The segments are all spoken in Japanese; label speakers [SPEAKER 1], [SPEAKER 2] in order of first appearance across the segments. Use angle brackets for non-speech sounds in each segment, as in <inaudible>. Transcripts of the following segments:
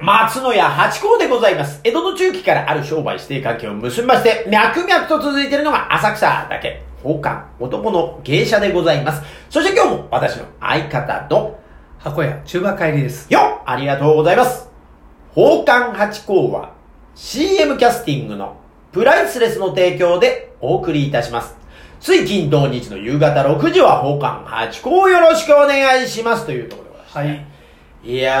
[SPEAKER 1] 松野屋八甲でございます。江戸の中期からある商売指定関係を結びまして、脈々と続いているのが浅草だけ、宝冠、男の芸者でございます。そして今日も私の相方と、
[SPEAKER 2] 箱屋中馬帰りです。
[SPEAKER 1] よありがとうございます。宝冠八甲は CM キャスティングのプライスレスの提供でお送りいたします。つい金土日の夕方6時は宝冠八甲をよろしくお願いしますというところでございます。
[SPEAKER 2] はい。
[SPEAKER 1] いや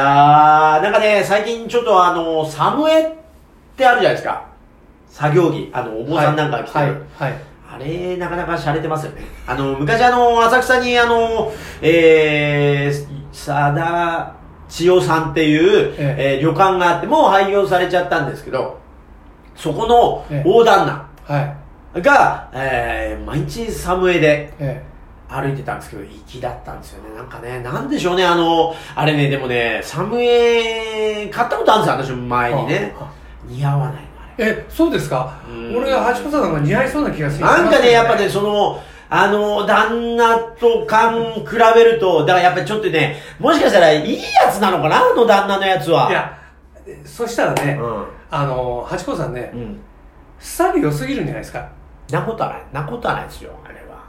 [SPEAKER 1] ー、なんかね、最近ちょっとあの、サムエってあるじゃないですか。作業着、あの、お坊さんなんかが着てる。
[SPEAKER 2] はい。はい。
[SPEAKER 1] あれ、なかなか洒落てますよね。あの、昔あの、浅草にあの、えー、さだ千代さんっていう、
[SPEAKER 2] え
[SPEAKER 1] えー旅館があって、もう廃業されちゃったんですけど、そこの
[SPEAKER 2] ええ
[SPEAKER 1] 大旦那
[SPEAKER 2] はい。
[SPEAKER 1] が、えー、毎日サムエで、
[SPEAKER 2] え
[SPEAKER 1] 歩いてたんですけど、粋だったんですよね。なんかね、なんでしょうね、あの、あれね、でもね、サムエ、買ったことあるんですよ、私も
[SPEAKER 2] え
[SPEAKER 1] 前にね。
[SPEAKER 2] ああ
[SPEAKER 1] 似合わないの、あれ。
[SPEAKER 2] え、そうですか
[SPEAKER 1] うん
[SPEAKER 2] 俺、ハチコさんなんか似合いそうな気がする。
[SPEAKER 1] なんかね、やっぱね、、その、あの、旦那と勘比べると、だからやっぱりちょっとね、もしかしたらいいやつなのかな、あの旦那のやつは。
[SPEAKER 2] い、や、そしたらね、
[SPEAKER 1] うん。
[SPEAKER 2] あの、ハチコさんね
[SPEAKER 1] う、ん。
[SPEAKER 2] スタイル良すぎるんじゃないですか。
[SPEAKER 1] なことはない、なことはないですよ、あれは。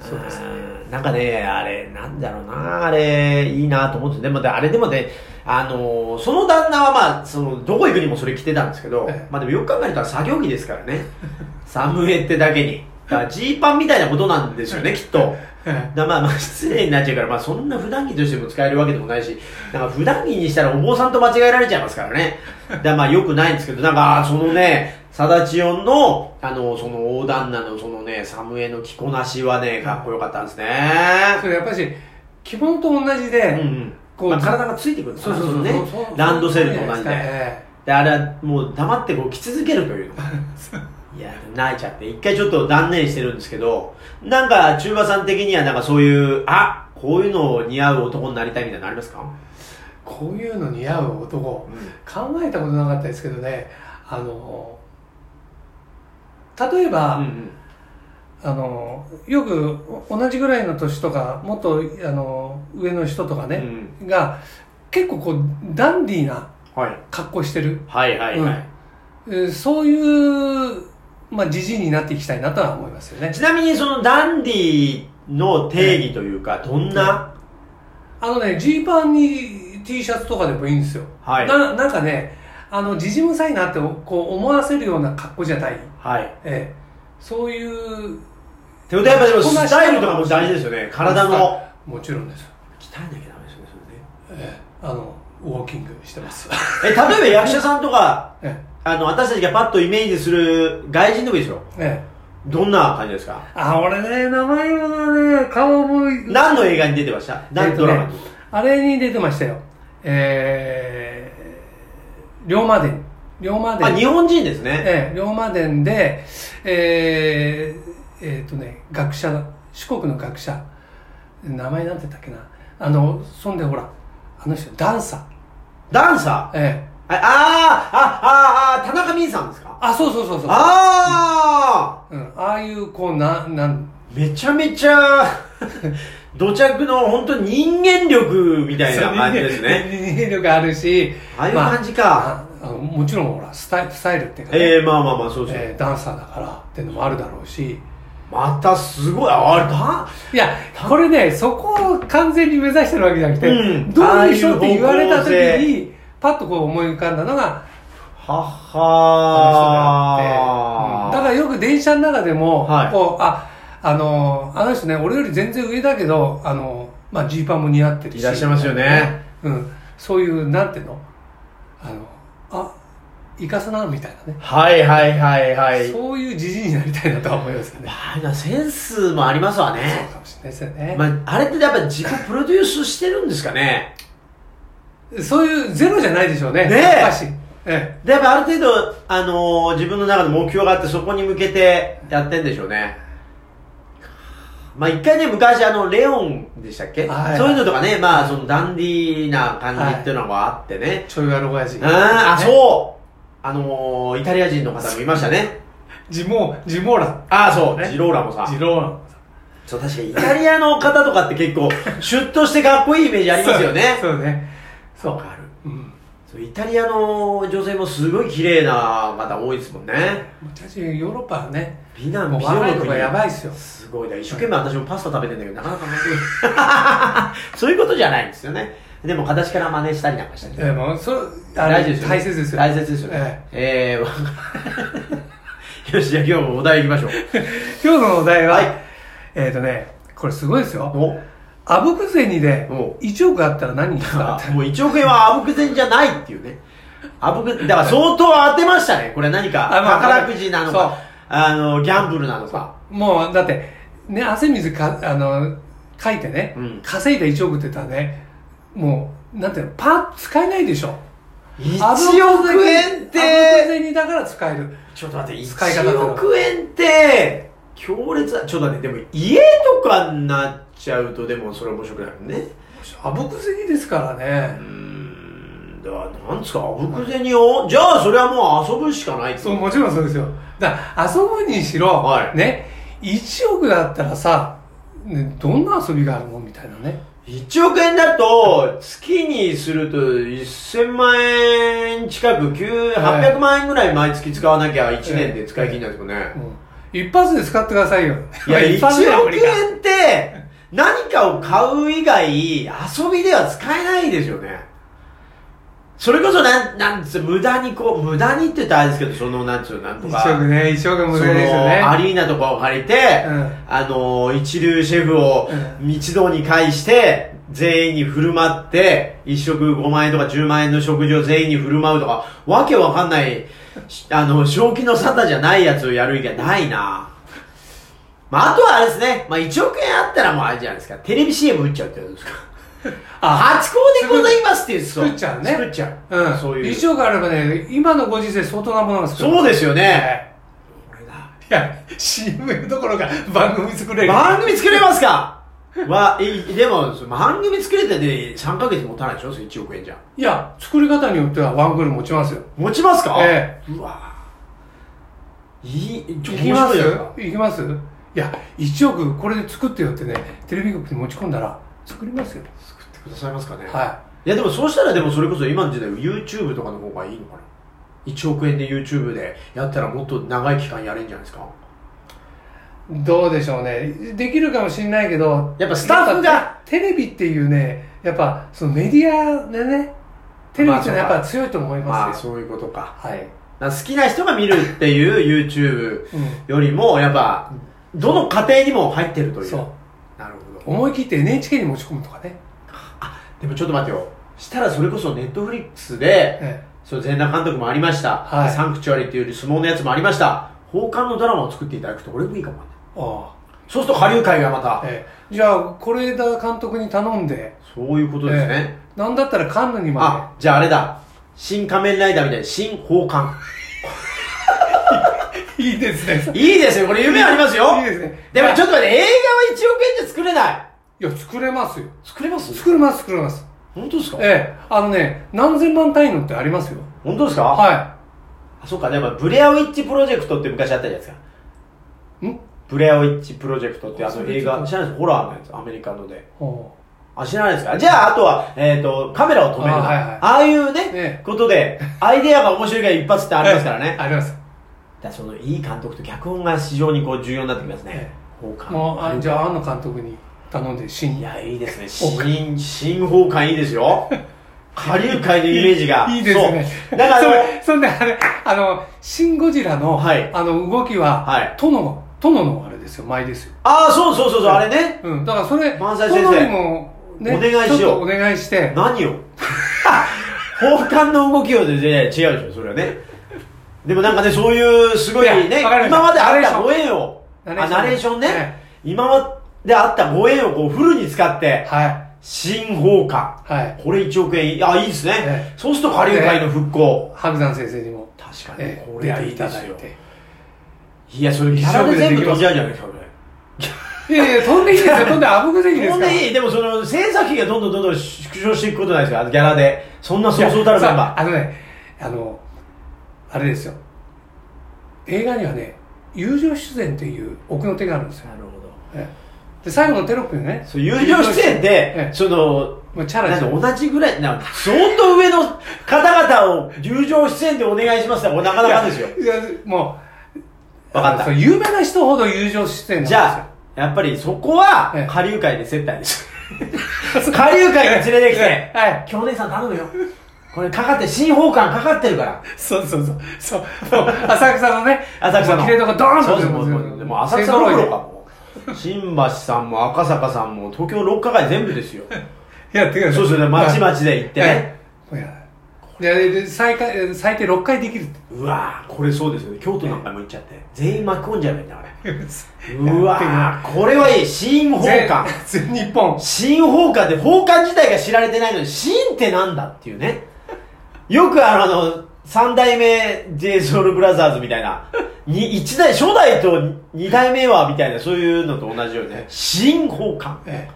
[SPEAKER 2] そうですね
[SPEAKER 1] んなんかね、あれ、なんだろうな、あれ、いいなと思って、でもね、あれでもね、あのーその旦那はまあ、その、どこ行くにもそれ着てたんですけど、
[SPEAKER 2] ええ
[SPEAKER 1] まあでもよく考えると作業着ですからね。サムエってだけに。だからジーパンみたいなことなんですよね、きっと。
[SPEAKER 2] え
[SPEAKER 1] だまあまあ失礼になっちゃうから、まあそんな普段着としても使えるわけでもないし、なんか普段着にしたらお坊さんと間違えられちゃいますからね。だまあ良くないんですけど、なんか、あーそのね、サダチオンの、あの、その大旦那のそのね、サムエの着こなしはね、かっこよかったんですね。
[SPEAKER 2] えそれやっぱし、着物と同じで、
[SPEAKER 1] うんうん。
[SPEAKER 2] こう、
[SPEAKER 1] まあ、体がついてくるんです
[SPEAKER 2] そうそうそう
[SPEAKER 1] ね
[SPEAKER 2] そうそう。そう。
[SPEAKER 1] ランドセルと同じで。
[SPEAKER 2] え
[SPEAKER 1] で、あれはもう黙ってこう着続けると
[SPEAKER 2] <laughs>
[SPEAKER 1] いうの。いや、泣いちゃって、一回ちょっと断念してるんですけど、なんか中馬さん的にはなんかそういう、あこういうのを似合う男になりたいみたいなのありますか
[SPEAKER 2] えこういうの似合う男、考えたことなかったですけどね、あの、例えば、
[SPEAKER 1] うんうん。
[SPEAKER 2] あのよくお同じぐらいの年とかもっとあの上の人とかね、が結構こうダンディーな
[SPEAKER 1] はい。
[SPEAKER 2] 格好してる、
[SPEAKER 1] はいはいはい。
[SPEAKER 2] えーそういうまあじじいになっていきたいなとは思いますよね
[SPEAKER 1] ちなみにそのダンディの定義というか、どんな、
[SPEAKER 2] あのねジーパンに T シャツとかでもいいんですよ、
[SPEAKER 1] はい
[SPEAKER 2] ななんかねあのじじむさいなってこう思わせるような格好じゃない、
[SPEAKER 1] はい。
[SPEAKER 2] ええそういう
[SPEAKER 1] ってことはやっぱでもスタイルとかも大事ですよね。体の。鍛
[SPEAKER 2] もちろんですよ、
[SPEAKER 1] えなきゃダメですよね、
[SPEAKER 2] ええあのウォーキングしてます、 <laughs>
[SPEAKER 1] それね。え、例えば役者さんとか、
[SPEAKER 2] ええ
[SPEAKER 1] あの、私たちがパッとイメージする外人でもいいですよ。
[SPEAKER 2] ええ
[SPEAKER 1] どんな感じですか
[SPEAKER 2] あ、俺ね、名前もね、顔も、
[SPEAKER 1] 何の映画に出てました何
[SPEAKER 2] え
[SPEAKER 1] の
[SPEAKER 2] っ
[SPEAKER 1] ド
[SPEAKER 2] と
[SPEAKER 1] ラマ
[SPEAKER 2] ね
[SPEAKER 1] に、
[SPEAKER 2] あれに出てましたよ。えー、龍馬伝。龍馬
[SPEAKER 1] あ、
[SPEAKER 2] 伝。
[SPEAKER 1] 日本人ですね。
[SPEAKER 2] ええ、龍馬伝で、えー、えーとね、学者だ、四国の学者。名前なんて言ったっけな。あの、そんでほら、あの人、ダンサ
[SPEAKER 1] ダンサー。
[SPEAKER 2] ー。ええ。
[SPEAKER 1] ああー、あ、あー、あー、田中美さんですか
[SPEAKER 2] あ、そうそうそうそう。
[SPEAKER 1] あ
[SPEAKER 2] うん、ああいう、こう、な、なん、
[SPEAKER 1] ー、めちゃめちゃ、 <laughs> 土着の本当に人間力みたいな感じですね。
[SPEAKER 2] 人間力あるし、
[SPEAKER 1] ああいう感じ
[SPEAKER 2] あ
[SPEAKER 1] か。
[SPEAKER 2] あのもちろんほらスタイスタイルっていうかね、
[SPEAKER 1] ええー、まあまあまあ、そうですね。
[SPEAKER 2] えーダンサーだからっていうのもあるだろうし
[SPEAKER 1] またすごい、あれだ
[SPEAKER 2] いやこれねそこを完全に目指してるわけじゃなくて、
[SPEAKER 1] うん
[SPEAKER 2] どうでしょうって言われた時
[SPEAKER 1] ああい
[SPEAKER 2] にパッとこう思い浮かんだのが
[SPEAKER 1] はっ
[SPEAKER 2] あの人で
[SPEAKER 1] はー。
[SPEAKER 2] あって、うんだからよく電車の中でも、
[SPEAKER 1] はい
[SPEAKER 2] こうああのあの人ね俺より全然上だけどあのまあジーパンも似合ってるし
[SPEAKER 1] いらっしゃいますよね、
[SPEAKER 2] うん、そういうなんていうのあのあイカスなみたいなね
[SPEAKER 1] はいはいはいはい。
[SPEAKER 2] そういうじじいになりたいなとは思いますよね。
[SPEAKER 1] あれだセンスもありますわね。
[SPEAKER 2] そうかもしれないですよね。
[SPEAKER 1] まあ、あれってやっぱ自己プロデュースしてるんですかね
[SPEAKER 2] そういうゼロじゃないでしょうね。
[SPEAKER 1] ねえ
[SPEAKER 2] やっぱしえ
[SPEAKER 1] でやっぱある程度、あのー自分の中の目標があってそこに向けてやってんでしょうね。まあ一回ね、昔あの、レオンでしたっけ、
[SPEAKER 2] はい
[SPEAKER 1] そういうのとかね、まあそのダンディーな感じっていうのもあってね
[SPEAKER 2] え。。ちょい悪親父。
[SPEAKER 1] うん、あ、
[SPEAKER 2] う。
[SPEAKER 1] そうあのーイタリア人の方もいましたね。
[SPEAKER 2] ジモー、ジモーラ。
[SPEAKER 1] ああ、そう、
[SPEAKER 2] ね
[SPEAKER 1] ジローラもさ
[SPEAKER 2] ジ。ローラ。
[SPEAKER 1] そう、確かにイタリアの方とかって結構、シュッとしてかっこいいイメージありますよね。
[SPEAKER 2] そうそうね。そう
[SPEAKER 1] わ。かる。
[SPEAKER 2] うん。
[SPEAKER 1] そそうイタリアの女性もすごい綺麗な方多いですもんね
[SPEAKER 2] 私ヨーロッパはね
[SPEAKER 1] 美男
[SPEAKER 2] もう
[SPEAKER 1] 美女の
[SPEAKER 2] 若い
[SPEAKER 1] 国
[SPEAKER 2] 子がやばいっすよ
[SPEAKER 1] すごいな一生懸命私もパスタ食べてんだけどなかなか難
[SPEAKER 2] <laughs>
[SPEAKER 1] しいそういうことじゃないんですよねでも形から真似したりなんかしたり
[SPEAKER 2] えーもうそれあの
[SPEAKER 1] 大事ですよ、ね、
[SPEAKER 2] 大切ですよ
[SPEAKER 1] 大切ですよ
[SPEAKER 2] え
[SPEAKER 1] ねええーわかよしじゃあ今日もお題いきましょう
[SPEAKER 2] <laughs> え今日のお題は、
[SPEAKER 1] はい
[SPEAKER 2] えっ、とねこれすごいですよ
[SPEAKER 1] お
[SPEAKER 2] あぶく銭で
[SPEAKER 1] お
[SPEAKER 2] 1億あったら何に使う
[SPEAKER 1] あもう1億円はあぶく銭じゃないっていうね。あぶく、だから相当当てましたね。これ何か
[SPEAKER 2] あまあ
[SPEAKER 1] 宝くじなの
[SPEAKER 2] そう
[SPEAKER 1] か、あの、ギャンブルなのか。
[SPEAKER 2] もうだってね汗水かあのかいてね、
[SPEAKER 1] うん
[SPEAKER 2] 稼いだ1億って言ったらねもうなんていうのパッ使えないでしょ
[SPEAKER 1] 1
[SPEAKER 2] あぶく銭
[SPEAKER 1] 億円っ
[SPEAKER 2] あぶく
[SPEAKER 1] て、
[SPEAKER 2] 銭だから使える
[SPEAKER 1] ちょっと待って、
[SPEAKER 2] 使い方だな
[SPEAKER 1] 1億円って、強烈だ。ちょっと待って、でも家とかになっちゃうと、でもそれ面白くなるね。
[SPEAKER 2] あぶく銭ですからね
[SPEAKER 1] うーん、だからなんですか、あぶく銭をじゃあそれはもう遊ぶしかないって
[SPEAKER 2] そうもちろんそうですよだから遊ぶにしろ、
[SPEAKER 1] はい
[SPEAKER 2] ね1億だったらさ、ね、どんな遊びがあるのみたいなね
[SPEAKER 1] 1億円だと、月にすると1000万円近く、9 800万円ぐらい毎月使わなきゃ1年で使い切りなんですよね。
[SPEAKER 2] もう一発で使ってくださいよ
[SPEAKER 1] いや、
[SPEAKER 2] <laughs> 一発で
[SPEAKER 1] 1
[SPEAKER 2] は無
[SPEAKER 1] 億
[SPEAKER 2] 理か
[SPEAKER 1] 円って、何かを買う以外、遊びでは使えないですよね。それこそ、なん、なんつう、無駄にこう、無駄にって言ったらあれですけど、その、なんつう、なんとか。
[SPEAKER 2] 1億ね1億も
[SPEAKER 1] そ
[SPEAKER 2] 無理ですよね
[SPEAKER 1] のアリーナとかを借りて、
[SPEAKER 2] うん
[SPEAKER 1] あの一流シェフを
[SPEAKER 2] う
[SPEAKER 1] 一堂に会して全員に振る舞って一食5万円とか10万円の食事を全員に振る舞うとかわけわかんないしあの正気の沙汰じゃないやつをやる以外ないなまあ、あとはあれですね、まあ、1億円あったらもうあれじゃないですかテレビ CM 打っちゃうってことですか
[SPEAKER 2] あ
[SPEAKER 1] 初公でございますっていう
[SPEAKER 2] 作っちゃうね
[SPEAKER 1] 作っちゃう、
[SPEAKER 2] うん、
[SPEAKER 1] そういう
[SPEAKER 2] 1億あればね今のご時世相当なものが作れる
[SPEAKER 1] そうですよね
[SPEAKER 2] ねいや CM どころか番組作れる
[SPEAKER 1] 番組作れますかはいでも番組作れてね3ヶ月持たないでしょそれ1億円じゃ
[SPEAKER 2] いや作り方によってはワンクール持ちますよ
[SPEAKER 1] 持ちますか
[SPEAKER 2] え
[SPEAKER 1] えうわいいちょ
[SPEAKER 2] いきま
[SPEAKER 1] 面白
[SPEAKER 2] す
[SPEAKER 1] いじゃないですか
[SPEAKER 2] いきますいや1億これで作ってよってねテレビ局に持ち込んだら作りますよ
[SPEAKER 1] 作ってくださいますかね
[SPEAKER 2] はい
[SPEAKER 1] やでもそうしたらでもそれこそ今の時代 YouTube とかの方がいいのかな1億円で YouTube でやったらもっと長い期間やれんじゃないですか
[SPEAKER 2] いどうでしょうねできるかもしれないけど
[SPEAKER 1] やっぱスタッフが
[SPEAKER 2] やっぱテレビっていうねやっぱそのメディアでねテレビっていうのはやっぱ強いと思い
[SPEAKER 1] まあ
[SPEAKER 2] ますよ、
[SPEAKER 1] そういうことか
[SPEAKER 2] はい、
[SPEAKER 1] だから好きな人が見るっていう YouTube
[SPEAKER 2] う
[SPEAKER 1] よりもやっぱどの家庭にも入ってるとい
[SPEAKER 2] ん、
[SPEAKER 1] う
[SPEAKER 2] そう
[SPEAKER 1] なるほど
[SPEAKER 2] 思い切って NHK に持ち込むとかね、
[SPEAKER 1] でもちょっと待ってよ。したらそれこそネットフリックスで、
[SPEAKER 2] え
[SPEAKER 1] その全裸監督もありました。
[SPEAKER 2] はい
[SPEAKER 1] サンクチュアリっていう相撲のやつもありました。奉還のドラマを作っていただくと俺もいいかもね。
[SPEAKER 2] え、あ
[SPEAKER 1] そうすると下流会がま
[SPEAKER 2] あ、
[SPEAKER 1] た、
[SPEAKER 2] ええ、じゃあ是枝監督に頼んで
[SPEAKER 1] そういうことですね。
[SPEAKER 2] なんだったらカンヌに
[SPEAKER 1] あ、
[SPEAKER 2] ま
[SPEAKER 1] じゃああれだ。新仮面ライダーみたいな新奉還。
[SPEAKER 2] でいいですね
[SPEAKER 1] いいですね。これ夢ありますよ。
[SPEAKER 2] いいですね
[SPEAKER 1] でもちょっと待って、映画は1億円じゃ作れない。
[SPEAKER 2] いや作れますよ
[SPEAKER 1] 作れます
[SPEAKER 2] 作れます作れます
[SPEAKER 1] 本当ですか
[SPEAKER 2] ええあのね何千万単位のってありますよ
[SPEAKER 1] 本当ですか
[SPEAKER 2] は
[SPEAKER 1] あ、そうか。でもブレアウィッチプロジェクトって昔あったじゃないですか。
[SPEAKER 2] いん
[SPEAKER 1] ブレアウィッチプロジェクトってあ
[SPEAKER 2] そ
[SPEAKER 1] の
[SPEAKER 2] れ
[SPEAKER 1] 映
[SPEAKER 2] ちょっ
[SPEAKER 1] 画、
[SPEAKER 2] と
[SPEAKER 1] 知らないですホラーのやつ、アメリカので。
[SPEAKER 2] ほ
[SPEAKER 1] あ、知らないですかじゃあ、あとは、えっ、と、カメラを止めるな。
[SPEAKER 2] あ
[SPEAKER 1] あ,、
[SPEAKER 2] はいはい
[SPEAKER 1] あいうね、
[SPEAKER 2] ええ
[SPEAKER 1] こと
[SPEAKER 2] <laughs>
[SPEAKER 1] で、アイデアが面白いが一発って
[SPEAKER 2] う
[SPEAKER 1] ありますからね。
[SPEAKER 2] ええあります
[SPEAKER 1] だからその、いい監督と脚本が非常にこう重要になってきますね
[SPEAKER 2] え。
[SPEAKER 1] 奉還
[SPEAKER 2] もうあじゃあ庵野監督に頼んで新
[SPEAKER 1] いや、いいですね。
[SPEAKER 2] 奉還
[SPEAKER 1] 新、新奉還いいです
[SPEAKER 2] <laughs>
[SPEAKER 1] よ。下流界のイメージが。
[SPEAKER 2] いいですね
[SPEAKER 1] そうだから
[SPEAKER 2] <laughs> そ
[SPEAKER 1] あの、
[SPEAKER 2] れそんであれあのシン・ゴジラの、
[SPEAKER 1] はい
[SPEAKER 2] あの動きは、
[SPEAKER 1] はい
[SPEAKER 2] 殿の殿のあれですよ舞ですよ
[SPEAKER 1] ああ、そうそうそうそう、あれね。
[SPEAKER 2] うん、だからそれ、
[SPEAKER 1] 萬斎先生
[SPEAKER 2] 殿にも、ね、
[SPEAKER 1] お願いしよう
[SPEAKER 2] ちょっとお願いして、
[SPEAKER 1] 何を奉還の動きをで、ね、違うでしょ、それはね。でもなんかね、そういう、すごい
[SPEAKER 2] いや
[SPEAKER 1] ね、
[SPEAKER 2] わかりました
[SPEAKER 1] 今まであっ
[SPEAKER 2] ナレーショ
[SPEAKER 1] た
[SPEAKER 2] ン
[SPEAKER 1] ご縁を、あ
[SPEAKER 2] ナ
[SPEAKER 1] ナ
[SPEAKER 2] レ
[SPEAKER 1] レ
[SPEAKER 2] ー
[SPEAKER 1] ー
[SPEAKER 2] シ
[SPEAKER 1] シ
[SPEAKER 2] ョ
[SPEAKER 1] ョ
[SPEAKER 2] ン
[SPEAKER 1] ン
[SPEAKER 2] ね
[SPEAKER 1] ね、今まであったご縁をこうフルに使って、
[SPEAKER 2] は
[SPEAKER 1] 新奉還。
[SPEAKER 2] い、はい、
[SPEAKER 1] これ1億円、いや、いいですね。
[SPEAKER 2] え
[SPEAKER 1] そうすると下流界の復興。
[SPEAKER 2] 白山先生にも、
[SPEAKER 1] 確かに、
[SPEAKER 2] え
[SPEAKER 1] これ
[SPEAKER 2] 出
[SPEAKER 1] は
[SPEAKER 2] て
[SPEAKER 1] い
[SPEAKER 2] い
[SPEAKER 1] い
[SPEAKER 2] た
[SPEAKER 1] で
[SPEAKER 2] だ
[SPEAKER 1] す
[SPEAKER 2] い
[SPEAKER 1] よ。
[SPEAKER 2] て。
[SPEAKER 1] いや、それギャラで全部飛んじゃうじゃないですか、これ。
[SPEAKER 2] いやいや、飛んでいいで
[SPEAKER 1] <laughs>
[SPEAKER 2] すよ、飛んであぶくぜひです
[SPEAKER 1] ほ
[SPEAKER 2] か
[SPEAKER 1] ん
[SPEAKER 2] ら。
[SPEAKER 1] でいい、でもその制作費がどんどんどんどん縮小していくことないですか、あのギャラで。そんなそうそうたるメン
[SPEAKER 2] さ
[SPEAKER 1] バ
[SPEAKER 2] あのね、あの、あれですよ、映画にはね、友情出演っていう奥の手があるんです
[SPEAKER 1] ー。
[SPEAKER 2] よ。
[SPEAKER 1] なるほど。
[SPEAKER 2] ええで、最後のテロップにね、
[SPEAKER 1] そう、友情出演で
[SPEAKER 2] え、え
[SPEAKER 1] その、
[SPEAKER 2] もうチャラ
[SPEAKER 1] な
[SPEAKER 2] ですよ
[SPEAKER 1] んか同じぐらい、なんか相当上の方々もう、友情出演でお願いしますって、もうなかなかですよ。
[SPEAKER 2] いや、もう、
[SPEAKER 1] わかった
[SPEAKER 2] あのそう有名な人ほど友情出演なんです
[SPEAKER 1] じ
[SPEAKER 2] よ。
[SPEAKER 1] ゃあ、やっぱりそこは
[SPEAKER 2] ええ、
[SPEAKER 1] 下流会で接待
[SPEAKER 2] <laughs>
[SPEAKER 1] です。下流会に連れてきて、
[SPEAKER 2] ええはい
[SPEAKER 1] 今日お姉さん頼むよ。これかかって、新宝館かかってるから。
[SPEAKER 2] そうそうそう。そう。もう浅草のね、
[SPEAKER 1] 浅草の。
[SPEAKER 2] 綺麗なとこドーンと
[SPEAKER 1] そう
[SPEAKER 2] 出
[SPEAKER 1] そう
[SPEAKER 2] てま
[SPEAKER 1] も
[SPEAKER 2] すよ
[SPEAKER 1] うもう浅草どころかもう。新橋さんも赤坂さんも東京六花街全部ですよ。
[SPEAKER 2] いや、てか
[SPEAKER 1] そうですよね、まちまちで行って
[SPEAKER 2] はい
[SPEAKER 1] ね。
[SPEAKER 2] はいいやでで最下え最低6回できるって。
[SPEAKER 1] うわぁ、これそうですよね。京都なんかも行っちゃって。全員巻き込んじゃえばいいんだから。
[SPEAKER 2] いう
[SPEAKER 1] わぁ、これはいい。新宝館。
[SPEAKER 2] 全全日本。
[SPEAKER 1] 新宝冠って宝冠自体が知られてないのに、新ってなんだっていうね。よくあの、三代目 j s o u l b r o t h e r s みたいな、に一代、初代と二代目はみたいな、そういうのと同じようにね、新宝冠。
[SPEAKER 2] ええ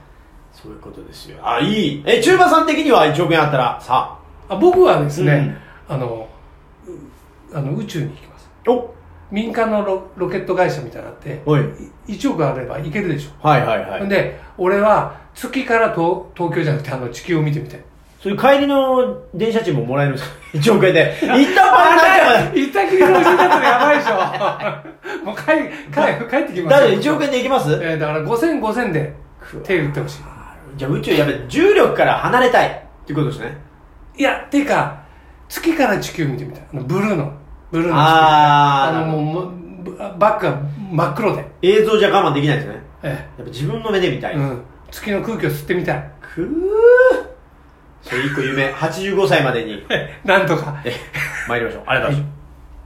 [SPEAKER 1] そういうことですよ。あ、いい。え、中馬さん的には1億円あったら、さ
[SPEAKER 2] あ僕はですね、あの、うあの宇宙に行きます。
[SPEAKER 1] あ、お
[SPEAKER 2] 民間のロロケット会社みたいなのあって、
[SPEAKER 1] おい。
[SPEAKER 2] 1億あれば行けるでしょ。
[SPEAKER 1] はいはいは
[SPEAKER 2] ほん
[SPEAKER 1] い。
[SPEAKER 2] で、俺は月から東東京じゃなくてあの地球を見てみたい。
[SPEAKER 1] そういう帰りの電車賃ももらえるん <laughs> ですか ?1 億円で。行った場合になっちゃうから。
[SPEAKER 2] 行ったきりのうちになったらやばいでしょ。もう帰、帰、帰ってきます
[SPEAKER 1] だ
[SPEAKER 2] よ。
[SPEAKER 1] って1億円で行きます
[SPEAKER 2] えーだから5000、5000で手打ってほしい。
[SPEAKER 1] じゃあ宇宙やべ、重力から離れたいっていうことですね。
[SPEAKER 2] いや、てか、月から地球見てみたい。あのブルーの、ブルーの地球。
[SPEAKER 1] あー
[SPEAKER 2] あの、もうもう、バックが真っ黒で。
[SPEAKER 1] 映像じゃ我慢できないですね。
[SPEAKER 2] え
[SPEAKER 1] やっぱ自分の目で見た
[SPEAKER 2] え
[SPEAKER 1] い。
[SPEAKER 2] うん。月の空気を吸ってみたい。
[SPEAKER 1] くー。それ一個夢、85歳までに、
[SPEAKER 2] なんとか。
[SPEAKER 1] え、参りましょう。ありがとうございました。